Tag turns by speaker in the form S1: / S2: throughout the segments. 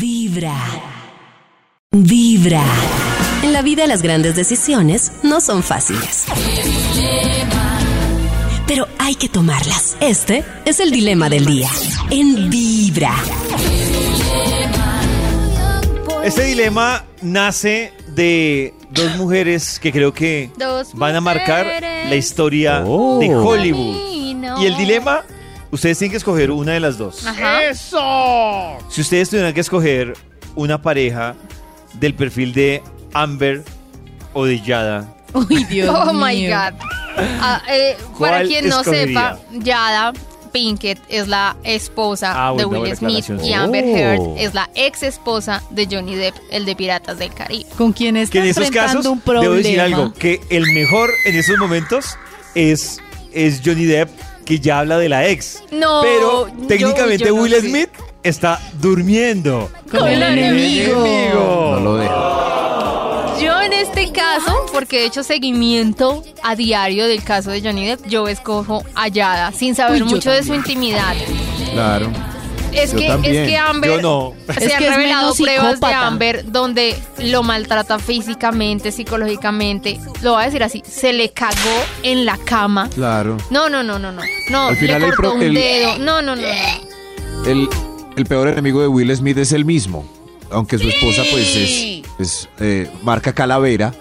S1: Vibra. Vibra. En la vida las grandes decisiones no son fáciles. Pero hay que tomarlas. Este es el dilema del día. En Vibra.
S2: Este dilema nace de dos mujeres que creo que
S3: Dos
S2: van a marcar
S3: mujeres.
S2: la historia
S4: Oh.
S2: de Hollywood.
S3: Ay, no.
S2: Y el dilema, ustedes tienen que escoger una de las dos.
S3: Ajá.
S2: Si ustedes tuvieran que escoger una pareja del perfil de Amber o de Yada,
S5: Uy, Dios
S3: Oh
S5: mío.
S3: my God. Ah, eh, para
S2: ¿Cuál
S3: quien no
S2: escogería?
S3: sepa, Yada Pinkett es la esposa
S2: Ah,
S3: de
S2: bueno, buena
S3: Will Smith
S2: aclaración,
S3: y
S4: sí.
S3: Amber
S4: Oh.
S3: Heard es la ex esposa de Johnny Depp, el de Piratas del Caribe.
S5: ¿Con quién está
S2: que en esos
S5: enfrentando
S2: casos,
S5: un problema?
S2: debo decir algo, que el mejor en esos momentos es, es Johnny Depp, que ya habla de la ex.
S3: No,
S2: Pero
S3: yo-
S2: técnicamente
S3: yo no
S2: Will
S3: sé.
S2: Smith está durmiendo.
S5: Con el enemigo.
S4: No lo dejo.
S3: Yo en este caso, porque he hecho seguimiento a diario del caso de Johnny Depp, yo escojo a Yada, sin saber
S5: Uy, yo
S3: mucho de su intimidad.
S4: Claro.
S3: Es
S4: Yo
S3: que,
S4: también.
S3: es que Amber
S2: Yo no.
S3: se
S5: Es
S3: han
S5: que es
S3: revelado
S5: menos
S3: pruebas de
S5: psicópata.
S3: Amber donde lo maltrata físicamente, psicológicamente, lo voy a decir así, se le cagó en la cama.
S4: Claro.
S3: No, no, no, no, no. No,
S4: Al final
S3: le
S4: el
S3: cortó
S4: pro-
S3: un
S4: el-
S3: dedo. No, no, no, no.
S4: El, el peor enemigo de Will Smith es el mismo. Aunque su esposa, pues, es, es, eh, marca calavera.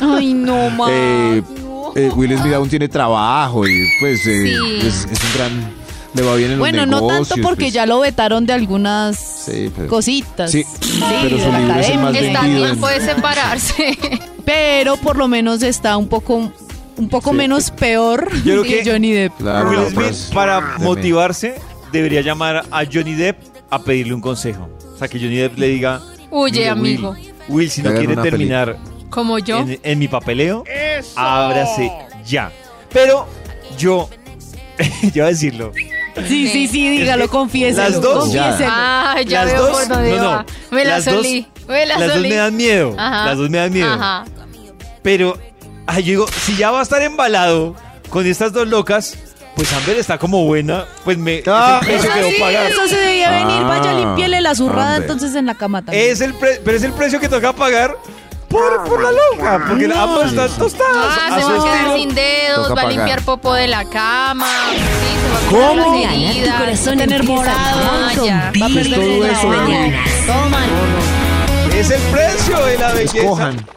S5: Ay, no, ma.
S4: Eh,
S5: no.
S4: eh, Will Smith aún tiene trabajo y, pues, eh,
S3: Sí.
S4: es, es un gran. Le va bien en
S5: Bueno,
S4: los negocios.
S5: no tanto porque
S4: pues.
S5: ya lo vetaron de algunas
S4: Sí, pero-
S5: cositas.
S4: Sí, pero
S5: de
S4: su
S5: la
S4: libro es el más
S5: academia.
S3: Está a
S4: vendido en-
S3: tiempo de separarse.
S5: Pero por lo menos está un poco, un poco
S4: Sí.
S5: menos peor
S2: Yo creo
S5: que
S2: que-
S5: Johnny Depp.
S4: Claro,
S2: Will
S4: no,
S2: Smith,
S4: pues,
S2: para
S4: deme.
S2: motivarse, debería llamar a Johnny Depp a pedirle un consejo. O sea, que Johnny Depp le diga...
S3: Huye,
S2: "Mire, Will,
S3: amigo.
S2: Will, si no
S4: Hagan
S2: quiere
S4: una
S2: terminar
S3: Como yo.
S2: en, en mi papeleo, ábrase ya. Pero yo... yo voy a decirlo.
S5: Sí, sí, sí, dígalo,
S2: que
S5: confiéselo.
S2: las dos-
S5: confiéselo.
S3: Ah, ya
S2: Las
S3: veo
S2: dos-
S3: por dónde
S2: no, no.
S3: va. Me la
S2: Las dos-
S3: solí. Me la
S2: Las dos
S3: solí.
S2: me dan miedo.
S3: Ajá.
S2: Las dos me dan miedo.
S3: Ajá.
S2: Pero, ay, yo digo, si ya va a estar embalado con estas dos locas, pues Amber está como buena. Pues me.
S4: Ah,
S2: es el precio que
S5: sí,
S2: debo pagar.
S5: eso se debía venir. Vaya,
S4: Ah,
S5: limpiele la zurrada
S4: hombre.
S5: entonces en la cama también.
S2: Es el pre- pero es el precio que toca pagar por, por la loca. Porque
S5: No.
S2: ambas están tostadas. a
S3: Ah, se
S2: su
S3: va a quedar
S2: estilo.
S3: sin dedos,
S4: Toca
S3: va a
S4: pagar.
S3: limpiar popo de la cama. Sí, se va a
S1: ¿Cómo?
S3: curar las
S1: Gana tu
S3: heridas,
S1: corazón
S3: va a tener
S1: empieza a
S3: morado.
S1: jugar con
S3: Ah, ya.
S1: Pi.
S3: Va a perder
S4: Todo
S3: el
S4: eso,
S3: trabajo.
S4: ¿no?
S3: Toma.
S2: Es el precio de la belleza.
S4: Escojan.